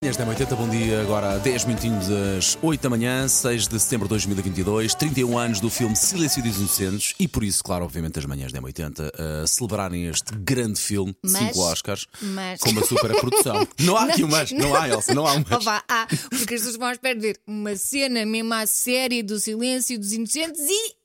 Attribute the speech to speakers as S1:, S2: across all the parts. S1: Manhãs da 80, é bom dia. Agora 10 minutinhos das 8 da manhã, 6 de setembro de 2022, 31 anos do filme Silêncio dos Inocentes e por isso, claro, obviamente, as manhãs da 80 a celebrarem este grande filme,
S2: Mas-
S1: 5 Oscars,
S2: mas-
S1: com uma super produção. Não há aqui um mas, não há, Elsa, não há um
S2: Oh,
S1: mas.
S2: vá, há, porque as pessoas vão à espera de ver uma cena mesmo à série do silêncio dos inocentes e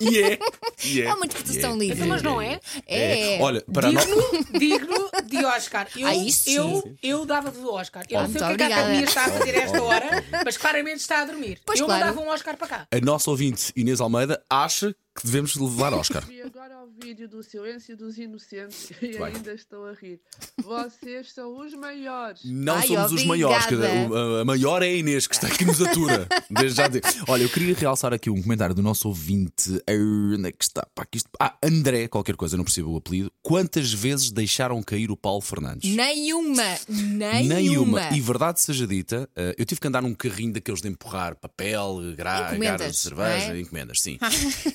S1: E é. e
S2: é uma disputação
S1: e é,
S2: livre.
S1: e
S3: Mas não é?
S2: É.
S1: Olha, para nós.
S3: digno, digno de Oscar. Eu,
S2: Ah, isso sim.
S3: eu, eu dava do Oscar. Eu
S2: Oh,
S3: não sei
S2: muito
S3: o que é que
S2: obrigada.
S3: a academia está a fazer a esta
S1: Oh,
S3: hora, mas claramente está a dormir.
S2: Pois
S3: eu
S2: claro.
S3: mandava um Oscar para cá.
S1: A nossa ouvinte, Inês Almeida, acha que devemos levar Oscar.
S4: Vi agora ao vídeo do Silêncio dos Inocentes e
S1: bem.
S4: ainda estou a rir. Vocês são os maiores.
S1: Não
S2: Ai,
S1: somos os
S2: obrigada.
S1: maiores, quer dizer, o- a- a maior é a Inês que está aqui nos atura. Desde já digo. Olha, eu queria realçar aqui um comentário do nosso ouvinte. Ah, Onde é que está? Pá, que isto- Ah, André, qualquer coisa, não percebo o apelido. Quantas vezes deixaram cair o Paulo Fernandes?
S2: Nenhuma, nenhuma.
S1: Nenhuma. E verdade seja dita, ah, eu tive que andar num carrinho daqueles de empurrar papel, gra,
S2: Encomendas,
S1: garras de cerveja,
S2: não é?
S1: encomendas, sim.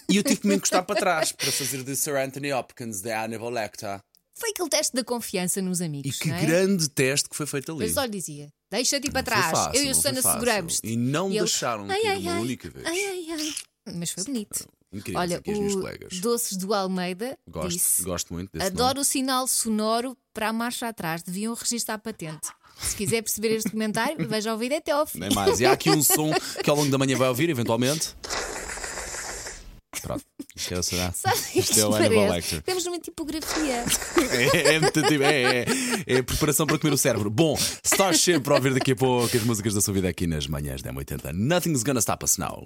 S1: e eu tive que me encostar para trás para fazer de Sir Anthony Hopkins, da Hannibal Lecter.
S2: Foi aquele teste da confiança nos
S1: tá? E
S2: amigos.
S1: que
S2: não é?
S1: grande teste que foi feito ali.
S2: Eu só lhe dizia: deixa-te ir para
S1: Não foi
S2: trás.
S1: fácil,
S2: eu e
S1: não foi
S2: a Susana
S1: fácil.
S2: seguramos.
S1: E não
S2: E ele,
S1: deixaram
S2: ai,
S1: cair
S2: ai,
S1: uma
S2: ai,
S1: única vez.
S2: Ai, ai, ai. Mas foi bonito.
S1: Incrível,
S2: Olha,
S1: aqui as minhas colegas.
S2: o Doces do Almeida
S1: Gosto,
S2: disse:
S1: gosto muito desse
S2: Adoro o sinal sonoro para a marcha atrás. Deviam registrar a patente. Se quiser perceber este comentário, veja o vídeo até ao fim.
S1: nome. Nem mais. E há aqui um som que ao longo da manhã vai ouvir, eventualmente. Pronto. Isto é, o será?
S2: Sabe o que
S1: Isto é o
S2: isto
S1: Hannibal
S2: parece?
S1: Lecter.
S2: Temos numa tipografia.
S1: É, é, muito tipo- é, é, é preparação para comer o cérebro. Bom, estás sempre para ouvir daqui a pouco as músicas da sua vida aqui nas manhãs da M80. Nothing's gonna stop us now.